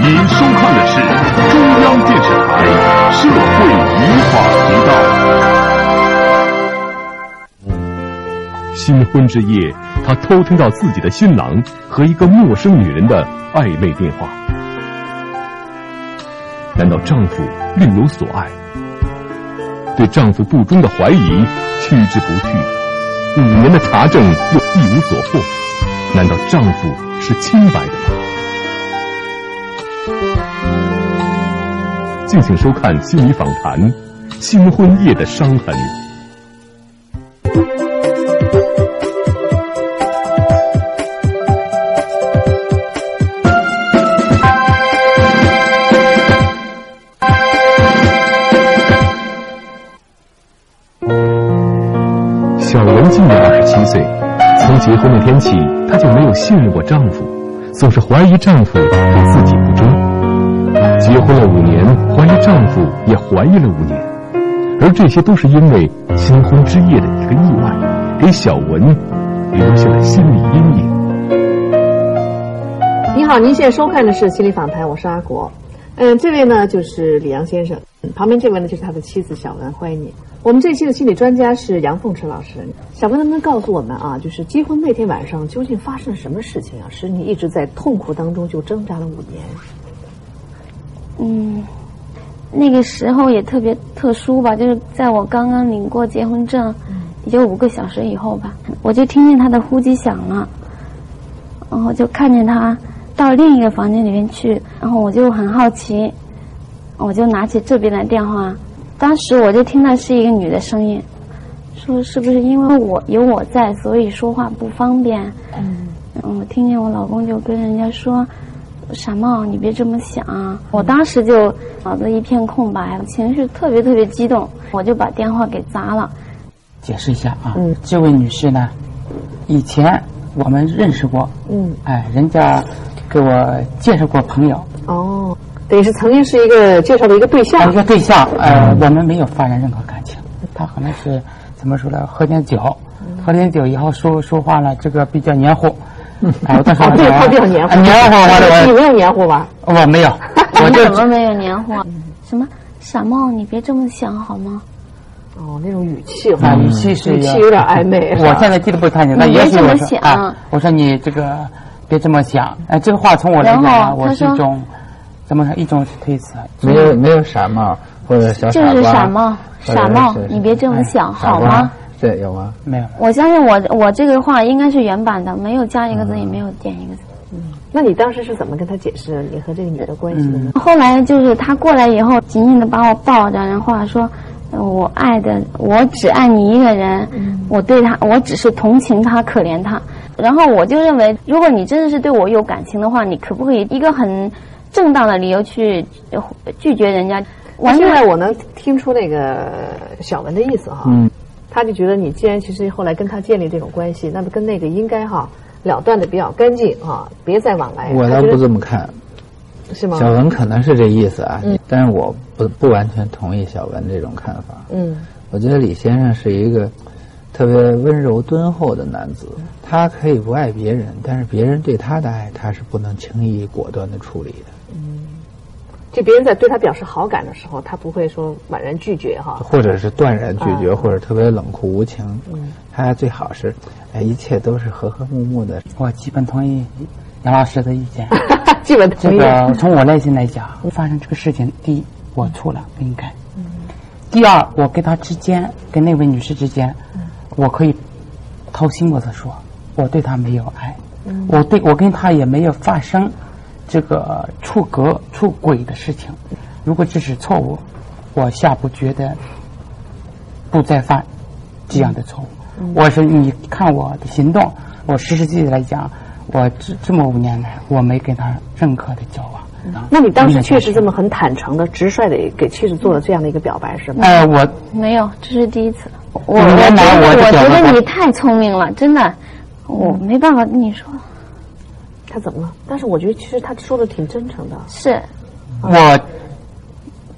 您收看的是中央电视台社会与法频道。新婚之夜，她偷听到自己的新郎和一个陌生女人的暧昧电话。难道丈夫另有所爱？对丈夫不忠的怀疑趋之不去，五年的查证又一无所获。难道丈夫是清白的吗？敬请收看《心理访谈》：新婚夜的伤痕。小文今年二十七岁，从结婚那天起，她就没有信任过丈夫，总是怀疑丈夫对自己不忠。结婚了五年，怀疑丈夫也怀疑了五年，而这些都是因为新婚之夜的一个意外，给小文留下了心理阴影。你好，您现在收看的是《心理访谈》，我是阿国。嗯，这位呢就是李阳先生，嗯旁边这位呢就是他的妻子小文，欢迎你。我们这期的心理专家是杨凤池老师。小文能不能告诉我们啊，就是结婚那天晚上究竟发生了什么事情啊，使你一直在痛苦当中就挣扎了五年？嗯，那个时候也特别特殊吧，就是在我刚刚领过结婚证，也就五个小时以后吧，我就听见他的呼机响了，然后就看见他到另一个房间里面去，然后我就很好奇，我就拿起这边的电话，当时我就听到是一个女的声音，说是不是因为我有我在，所以说话不方便？嗯，我听见我老公就跟人家说。傻帽，你别这么想。我当时就脑子一片空白，情绪特别特别激动，我就把电话给砸了。解释一下啊，嗯，这位女士呢，以前我们认识过，嗯，哎，人家给我介绍过朋友。哦，等于是曾经是一个介绍的一个对象。一个对象，嗯呃，我们没有发展任何感情。他可能是怎么说呢？喝点酒，嗯喝点酒以后说说话呢，这个比较黏糊。哎，我到时 候对他比较黏糊，黏 糊我。你没有黏糊吧？我没有，我怎么没有黏糊？什么傻帽？你别这么想好吗？哦，那种语气啊，语气是语气有点暧昧。我现在记得不太清，但也许我说啊，我说你这个别这么想。哎，这个话从我来讲，我是一种怎么说？一种是推辞，没有没有傻帽或者小就是傻帽，傻帽，你别这么想好吗？对，有吗？没有。我相信我，我这个话应该是原版的，没有加一个字，也没有点一个字。嗯，那你当时是怎么跟他解释你和这个女的关系的呢？嗯、后来就是他过来以后，紧紧的把我抱着，然后说：“呃我爱的，我只爱你一个人。嗯、我对他，我只是同情他，可怜他。”然后我就认为，如果你真的是对我有感情的话，你可不可以一个很正当的理由去呃拒绝人家？完现在我能听出那个小文的意思哈。嗯。他就觉得你既然其实后来跟他建立这种关系，那么跟那个应该哈了断的比较干净啊，别再往来。我倒不这么看，是吗？小文可能是这意思啊，嗯、但是我不不完全同意小文这种看法。嗯，我觉得李先生是一个特别温柔敦厚的男子，他可以不爱别人，但是别人对他的爱，他是不能轻易果断的处理的。嗯。就别人在对他表示好感的时候，他不会说婉然拒绝 哈，或者是断然拒绝，嗯、或者特别冷酷无情。嗯，他最好是，哎，一切都是和和睦睦的。我基本同意杨老师的意见，基本同意。这个从我内心来讲，发生这个事情，第一，我错了，不应该；嗯、第二，我跟他之间，跟那位女士之间，嗯、我可以掏心窝子说，我对她没有爱，我对我跟她也没有发生。这个出格、出轨的事情，如果这是错误，我下不觉得不再犯这样的错误。嗯、我是你看我的行动，我实实际际来讲，我这这么五年来，我没跟他任何的交往。嗯、啊那你当时确实这么很坦诚的、直率的给妻子做了这样的一个表白，是吗？哎、呃，我没有，这是第一次。我我我觉得你太聪明了，真的，我没办法跟你说。他怎么了？但是我觉得其实他说的挺真 诚的。是，我，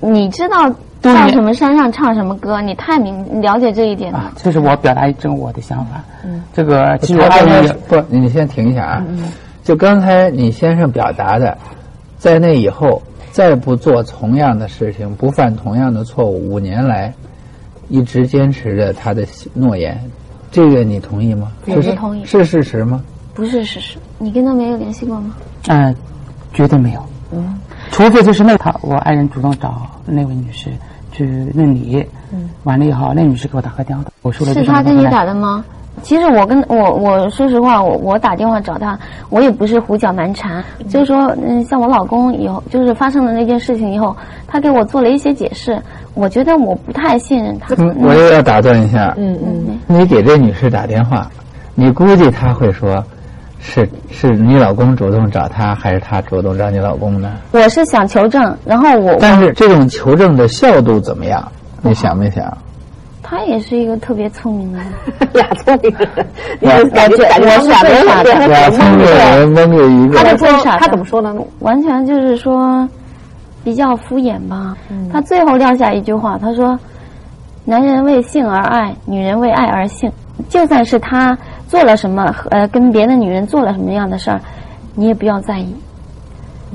你知道到什么山上唱什么歌，你太明了解这一点了。啊，这是我表达一种我的想法。嗯，这个其实他不，你先停一下啊。嗯、就刚才你先生表达的，在那以后再不做同样的事情，不犯同样的错误，五年来一直坚持着他的诺言，这个你同意吗？我这不是同意是事实吗？不是事实。你跟他没有联系过吗？嗯、绝对没有。除非就是那他我爱人主动找那位女士去论理，完了以后，那女士给我打个电话，我说了是这他种跟你话打的吗？其实我跟我我说实话，我我打电话找他，我也不是胡搅蛮缠，就是说，嗯，像我老公以后就是发生了那件事情以后，他给我做了一些解释，我觉得我不太信任他。嗯，我也要打断一下。嗯嗯，你给这女士打电话，你估计她会说，是是你老公主动找她，还是她主动找你老公呢？我是想求证，然后我但是这种求证的效度怎么样？你想没想？他也是一个特别聪明的人，俩聪明人，你们我觉感觉我是俩最傻的人俩聪明人蒙着一他个就，说最傻的他怎么说呢？完全就是说比较敷衍吧。他最后撂下一句话，他说：“男人为性而爱，女人为爱而性。就算是他做了什么，呃，跟别的女人做了什么样的事儿，你也不要在意。”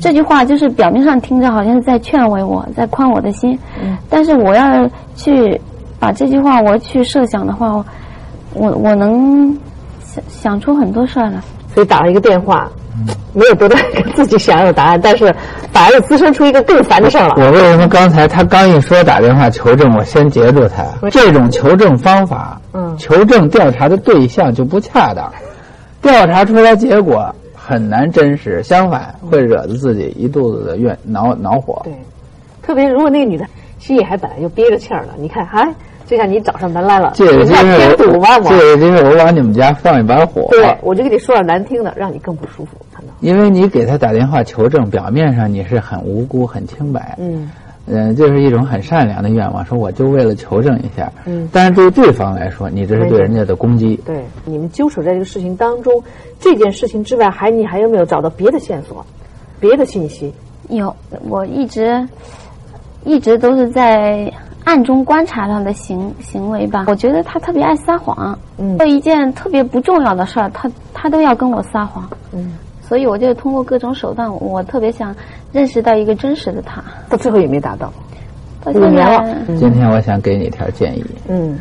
这句话就是表面上听着好像是在劝慰我，在宽我的心，但是我要去把这句话我去设想的话，我我我能想想出很多事儿来。所以打了一个电话，没有得到一个自己想要的答案，但是反而又滋生出一个更烦的事儿了。我为什么刚才他刚一说打电话求证，我先截住他？这种求证方法，嗯求证调查的对象就不恰当，调查出来结果很难真实，相反会惹得自己一肚子的怨恼恼火。嗯对，特别如果那个女的心里还本来就憋着气儿了，你看，哎，就像你找上门来了，这也你就要是添堵吧，这我。也就是我往你们家放一把火。对，我就给你说点难听的，让你更不舒服，可能。因为你给他打电话求证，表面上你是很无辜、很清白，嗯，嗯，就是一种很善良的愿望，说我就为了求证一下。嗯但是对对方来说，你这是没错对人家的攻击。对，你们纠扯在这个事情当中，这件事情之外，还你还有没有找到别的线索，别的信息？有，我一直一直都是在暗中观察他的行行为吧。我觉得他特别爱撒谎，嗯做一件特别不重要的事儿，他他都要跟我撒谎，嗯，所以我就通过各种手段，我特别想认识到一个真实的他。到最后也没达到。到五现年在了，今天我想给你一条建议：嗯，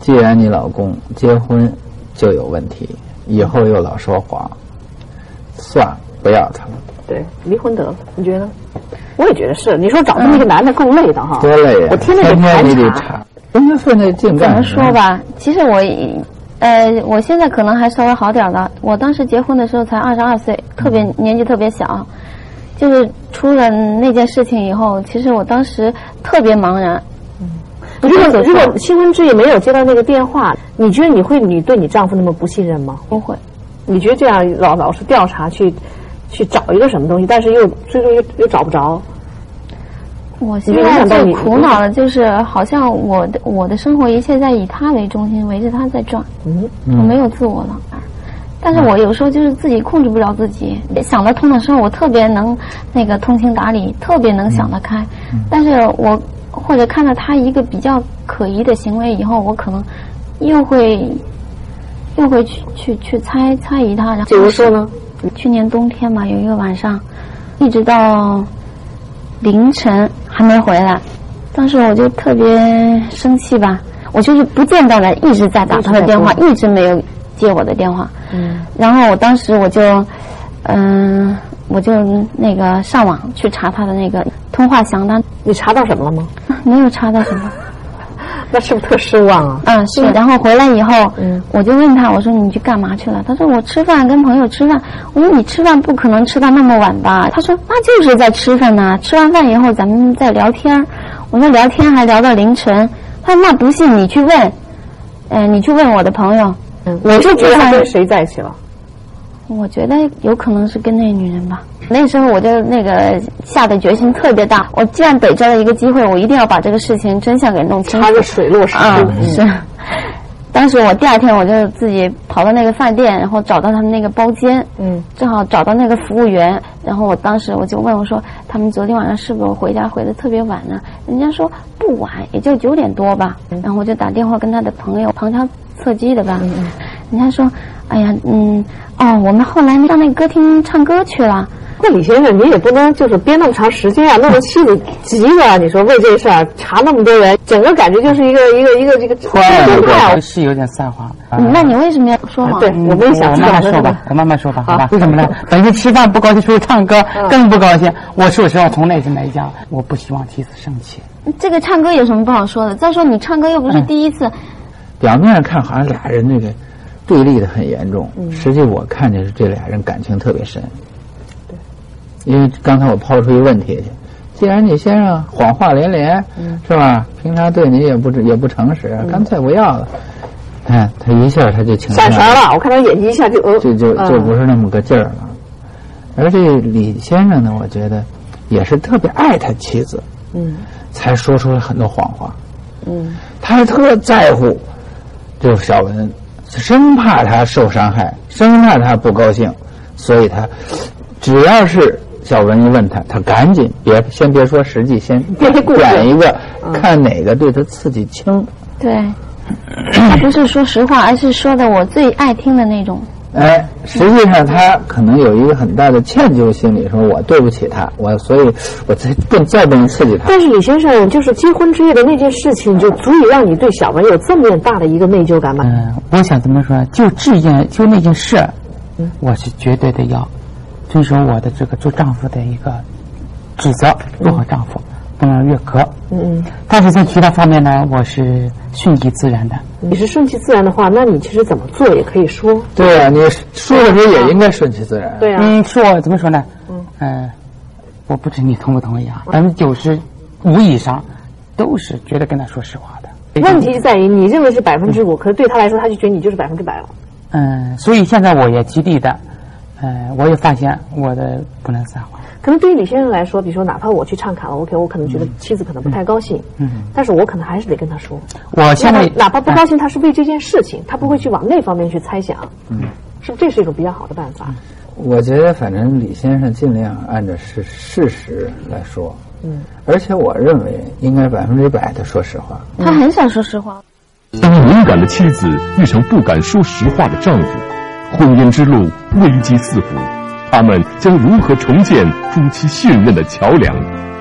既然你老公结婚就有问题，以后又老说谎，算了，不要他了，对，离婚得了，你觉得呢？我也觉得是。你说找这么一个男的够累的哈，嗯多累呀、啊我听着天天你就得馋查，人家费那劲怎干么什么说？吧，其实我，呃，我现在可能还稍微好点儿了。我当时结婚的时候才二十二岁，特嗯别年纪特别小。就是出了那件事情以后，其实我当时特别茫然。嗯如果如果新婚之夜没有接到那个电话，你觉得你会你对你丈夫那么不信任吗？不会，你觉得这样老老是调查去去找一个什么东西，但是又最终又又找不着，我现你在想到最你苦恼的就是，好像我的我的生活一切在以他为中心，围着他在转，嗯我没有自我了。但是我有时候就是自己控制不了自己，想得通的时候，我特别能那个通情达理，特别能想得开。但是我或者看到他一个比较可疑的行为以后，我可能又会又会去去去猜猜疑他。然后比如说呢？去年冬天吧，有一个晚上，一直到凌晨还没回来，当时我就特别生气吧，我就是不间断的一直在打他的电话，一直没有接我的电话。嗯，然后我当时我就，嗯、我就那个上网去查他的那个通话详单，你查到什么了吗？没有查到什么。那是不是特失望啊？嗯，是。然后回来以后，我就问他，我说你去干嘛去了？他说我吃饭，跟朋友吃饭。我说你吃饭不可能吃到那么晚吧？他说那就是在吃饭呢、吃完饭以后咱们再聊天儿。我说聊天还聊到凌晨。他说那不信你去问，呃，你去问我的朋友。嗯我就觉得他我就跟谁在一起了？我觉得有可能是跟那女人吧。那时候我就那个下的决心特别大，我既然逮着了一个机会，我一定要把这个事情真相给弄清楚查。个水落石啊出。，是。当时我第二天我就自己跑到那个饭店，然后找到他们那个包间，嗯，正好找到那个服务员，然后我当时我就问我说，他们昨天晚上是不是回家回的特别晚呢？人家说不晚，也就九点多吧。然后我就打电话跟他的朋友旁敲侧击的吧，嗯人家说，哎呀，嗯，哦，我们后来上那个歌厅唱歌去了。那李先生，你也不能就是憋那么长时间啊，弄得妻子急的，你说为这事儿查那么多人，整个感觉就是一个一个一个这个突然战争派啊。是有点撒谎。嗯那你为什么要说谎？对我没有想我知慢道慢是说吧吧，我慢慢说吧，好吧好？为什么呢？本身吃饭不高兴，出去唱歌更不高兴。我说实话，从内心来讲，我不希望妻子生气。这个唱歌有什么不好说的？再说你唱歌又不是第一次，表面上看好像俩人那个对立的很严重，实际我看见是这俩人感情特别深。对，因为刚才我抛出一个问题去，既然你先生谎话连连，是吧？平常对你也不也不诚实，干脆不要了。哎，他一嗯下他就情上商神了，我看他眼睛一下就呃就就就嗯不是那么个劲儿了。而这李先生呢，我觉得也是特别爱他妻子，嗯，才说出了很多谎话。嗯，他是特在乎这小文，生怕他受伤害，生怕他不高兴，所以他只要是小文一问他，他赶紧别先别说实际，先编一故事选一个，嗯看哪个对他刺激轻。对，他不是说实话，而是说的我最爱听的那种。哎，实际上他可能有一个很大的歉疚心理，说我对不起他，我所以我再不再不能刺激他。但是李先生，就是结婚之夜的那件事情，就足以让你对小文有这么大的一个内疚感吗？嗯，我想怎么说？就这件，就那件事，嗯我是绝对的要遵守我的这个做丈夫的一个职责，做好丈夫，不能越格。嗯，但是在其他方面呢，我是顺其自然的。你是顺其自然的话，那你其实怎么做也可以说。对啊，你说的时候也应该顺其自然。对啊，嗯，说我怎么说呢？嗯，呃，我不知你同不同意嗯啊？百分之九十五以上都是觉得跟他说实话的。问题就在于你认为是百分之五，可是对他来说，他就觉得你就是百分之百了。嗯，所以现在我也极力的，呃，我也发现我的不能撒谎。可能对于李先生来说，比如说哪怕我去唱卡拉 OK，我可能觉得妻子可能不太高兴，嗯，但是我可能还是得跟他说，我现在哪怕哪怕不高兴，他是为这件事情，他不会去往那方面去猜想，嗯，是不是这是一种比较好的办法？我觉得反正李先生尽量按照事事实来说。嗯，而且我认为应该百分之百的说实话。他很少说实话，当敏感的妻子遇上不敢说实话的丈夫，婚姻之路危机四伏，他们将如何重建夫妻信任的桥梁？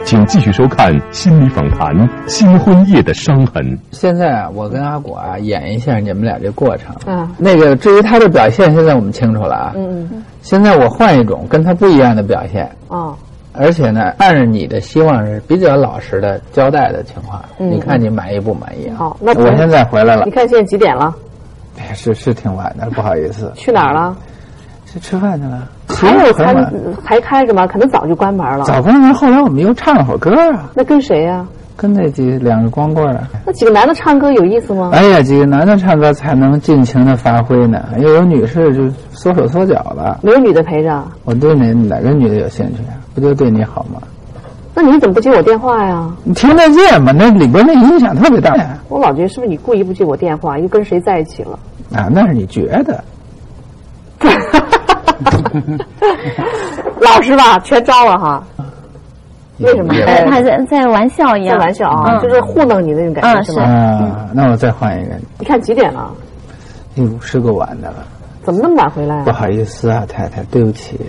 请继续收看《心理访谈》新婚夜的伤痕。现在啊，我跟阿果啊演一下你们俩这过程。嗯，那个至于他的表现，现在我们清楚了啊。嗯，现在我换一种跟他不一样的表现。哦，而且呢，按照你的希望是比较老实的交代的情况，你看你满意不满意啊？嗯好那我现在回来了 你，看现在几点了？哎是是挺晚的，不好意思。去哪儿了？去吃饭去了，还有很餐晚。还开着吗？可能早就关门了。早关门，后来我们又唱了会儿歌啊，那跟谁呀、跟那几两个光棍儿啊。那几个男的唱歌有意思吗？哎呀，几个男的唱歌才能尽情的发挥呢，又有女士就缩手缩脚了。没有女的陪着，我对哪哪个女的有兴趣啊？不就对你好吗？那你怎么不接我电话呀？你听得见吗？那里边那音响特别大啊呀我老觉得是不是你故意不接我电话，又跟谁在一起了？啊，那是你觉得。老实吧，全招了哈，为什么也呃，他在在玩笑一开样。玩笑啊，就是糊弄你那种感觉嗯是是吗？啊，那我再换一个，你看几点了？哎呦，是个晚的了，怎么那么晚回来不啊？好意思啊，太太，对不起，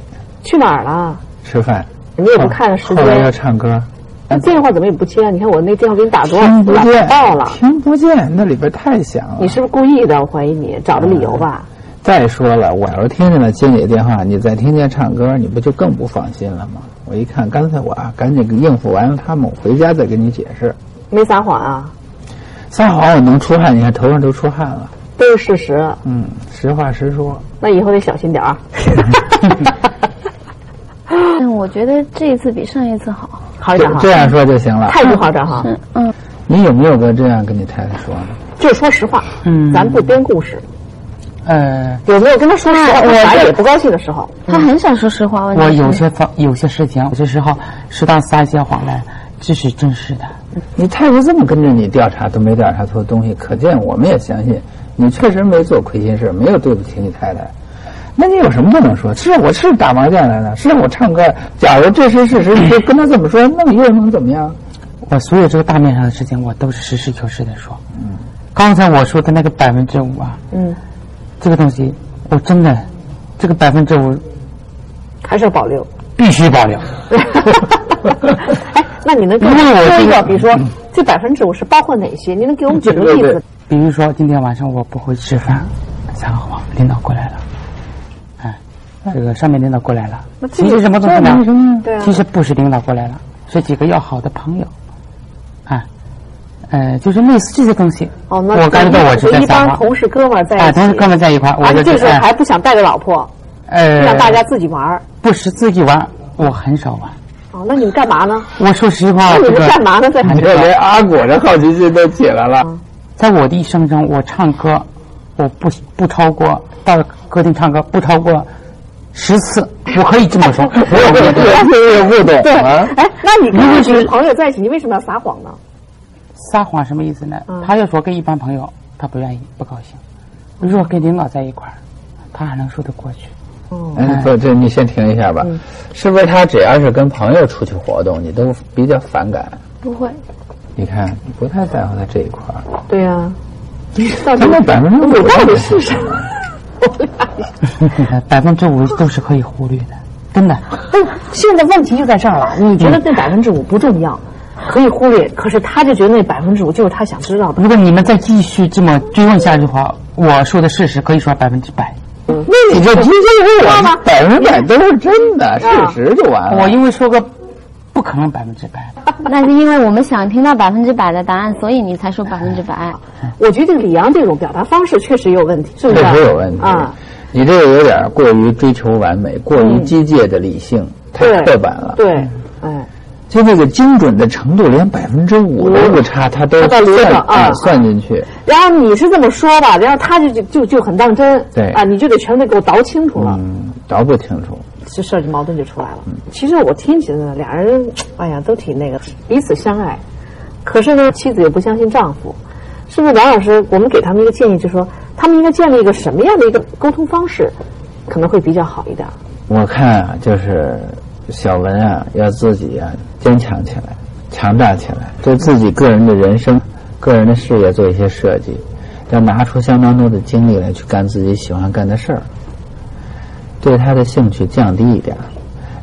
去哪儿了？吃饭。你也不看看时后来要间，唱歌，那电话怎么也不接啊？你看我那电话给你打多少听次不了，见，报了。听不见，那里边太响了。你是不是故意的？我怀疑你找的理由吧。再说了，我要是听见了经理电话，你再听见唱歌，你不就更不放心了吗？我一看，干脆我啊，赶紧应付完了他们，我回家再跟你解释。没撒谎啊，撒谎我能出汗，你看头上都出汗了。都是事实。嗯，实话实说。那以后得小心点儿啊。嗯，我觉得这一次比上一次好。好一这点哈这，样说就行了。态度好点哈，嗯，你有没有过这样跟你太太说呢？就是说实话，嗯咱不编故事。呃，有没有跟他说实话，那他我反而这也不高兴的时候？他很少说实话。问题我有是些方有些事情，有些时候适当撒一些谎来，这是真实的。你太太这么跟着你调查，都没调查出东西，可见我们也相信你确实没做亏心事，没有对不起你太太。那你有什么不能说？是我是打麻将来的，是我唱歌。假如这是事实，你就跟他这么说，那你又能怎么样？我所有这个大面上的事情，我都是实事求是的说。嗯，刚才我说的那个百分之五啊，嗯，这个东西我真的，这个百分之五还是要保留。必须保留。哎，那你能给我们说一个，比如说这百分之五十包括哪些？你能给我们举个例子？比如说今天晚上我不回去吃饭，撒个谎，领导过来了，哎，这个上面领导过来了，那这其个实什么东西这个没什呢？对啊其实不是领导过来了，是几个要好的朋友，哎，呃，就是类似这些东西。哦，那我感觉到我是和在一撒帮谎。同事哥们儿在一起，哎，同事哥们在一块儿，啊，我就你这觉时得候还哎不想带着老婆，呃，让大家自己玩儿。不是自己玩，我很少玩。哦，那你们干嘛呢？我说实话，那你这们个干嘛呢？在你这连阿果的好奇心都起来了。 在我的一生中，我唱歌，我不不超过到歌厅唱歌不超过十次，我可以这 么说。我有面对我不懂。对啊，哎，那你如跟果几个是朋友在一起，你为什么要撒谎呢？撒谎什么意思呢嗯？他要说跟一般朋友，他不愿意，不高兴。如果跟领导在一块儿，他还能说得 过去。哎，不，这你先停一下吧。是不是他只要是跟朋友出去活动，你都比较反感？不会，你看，你不太在乎他这一块儿。对呀、到底他那百分之五十到底是 什么？百分之五都是可以忽略的，真 的。嗯但现在问题就在这儿了，你啊觉得那百分之五不重要，可以忽略，可是他就觉得那百分之五就是他想知道的。如果你们再继续这么追问下去的话，我说的事实可以说百分之百。那你就直接问知道吗嗯我百分之百都是真的，事啊实就完了。我因为说个不可能百分之百，那是因为我们想听到百分之百的答案，所以你才说百分之百。我觉得这个李阳这种表达方式确实有问题，是不是？确实有问题啊！。你这个有点过于追求完美，过于机械的理性，太嗯对刻板了。对，哎，就这个精准的程度，连百分之五都嗯不差，他都他都算留着啊哎算进去。然后你是这么说吧，然后他就就就就很当真，对啊，你就得全得给我倒清楚了，嗯，倒不清楚。这事儿就矛盾就出来了。其实我听起来呢，俩人，哎呀，都挺那个，彼此相爱，可是呢，妻子也不相信丈夫，是不是？王老师，我们给他们一个建议，就是说他们应该建立一个什么样的一个沟通方式，可能会比较好一点。我看啊，就是小文啊，要自己啊坚强起来，强大起来，对自己个人的人生、个人的事业做一些设计，要拿出相当多的精力来去干自己喜欢干的事儿，对他的兴趣降低一点儿。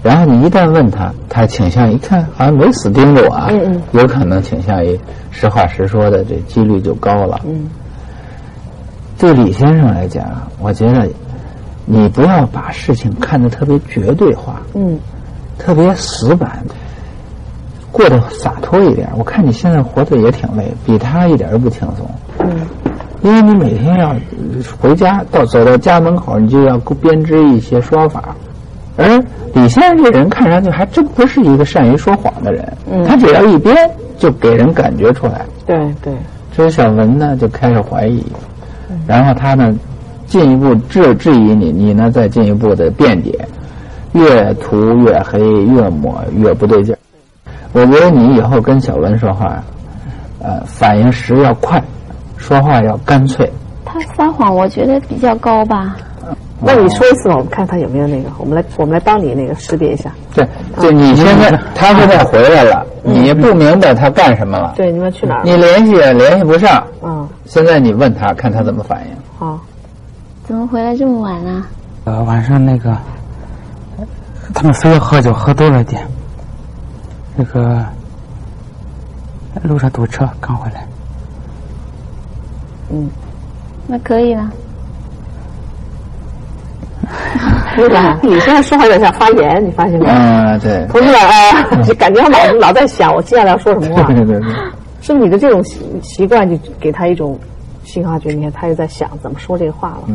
然后你一旦问他，他倾向一看好像没死盯着我啊，有可能倾向于实话实说的，这几率就高了。嗯，对李先生来讲，我觉得你不要把事情看得特别绝对化，嗯，特别死板，过得洒脱一点。我看你现在活得也挺累，比他一点都不轻松。因为你每天要回家到走到家门口，你就要编织一些说法。而李先生这人看上去还真不是一个善于说谎的人，他只要一编就给人感觉出来。对对，这个小文呢就开始怀疑，然后他呢进一步质质疑你，你呢再进一步的辩解，越涂越黑，越抹越不对劲儿。我觉得你以后跟小文说话，呃，反应时要快，说话要干脆。他撒谎，我觉得比较高吧。那你说一次吧，我们看他有没有那个，我们来我们来帮你那个识别一下。对，就你现在他现在回来了，你不明白他干什么了，对，你们去哪儿？你联系也联系不上。嗯，现在你问他，看他怎么反应。好，怎么回来这么晚啊？呃，晚上那个，他们非要喝酒，喝多了点。那个路上堵车，刚回来，那可以了。那 个你现在说话有点像发言，你发现没有？嗯，对，同志们啊，就感觉老老在想我接下来要说什么话， 对对对。是不是你的这种习习惯就给他一种信号，觉得你看他又在想怎么说这个话了？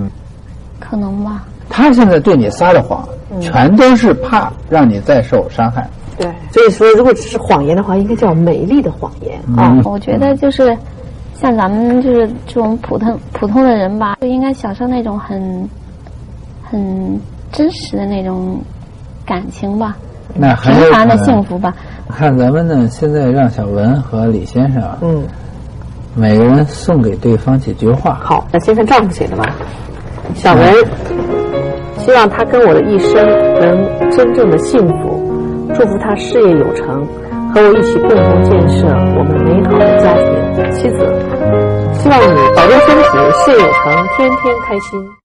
可能吧。他现在对你撒的谎，嗯全都是怕让你再受伤害。对，所以说如果只是谎言的话，应该叫美丽的谎言啊。我觉得就是像咱们就是这种普通普通的人吧，就应该享受那种很很真实的那种感情吧，那很平有嗯可凡的能幸。福吧。看咱们呢，现在让小文和李先生啊嗯，每个人送给对方几句话。好，那先看丈夫写的吧。小文，希望他跟我的一生能真正的幸福，祝福他事业有成，和我一起共同建设我们美好的家庭。妻子，希望你保重身体，事业有成，天天开心。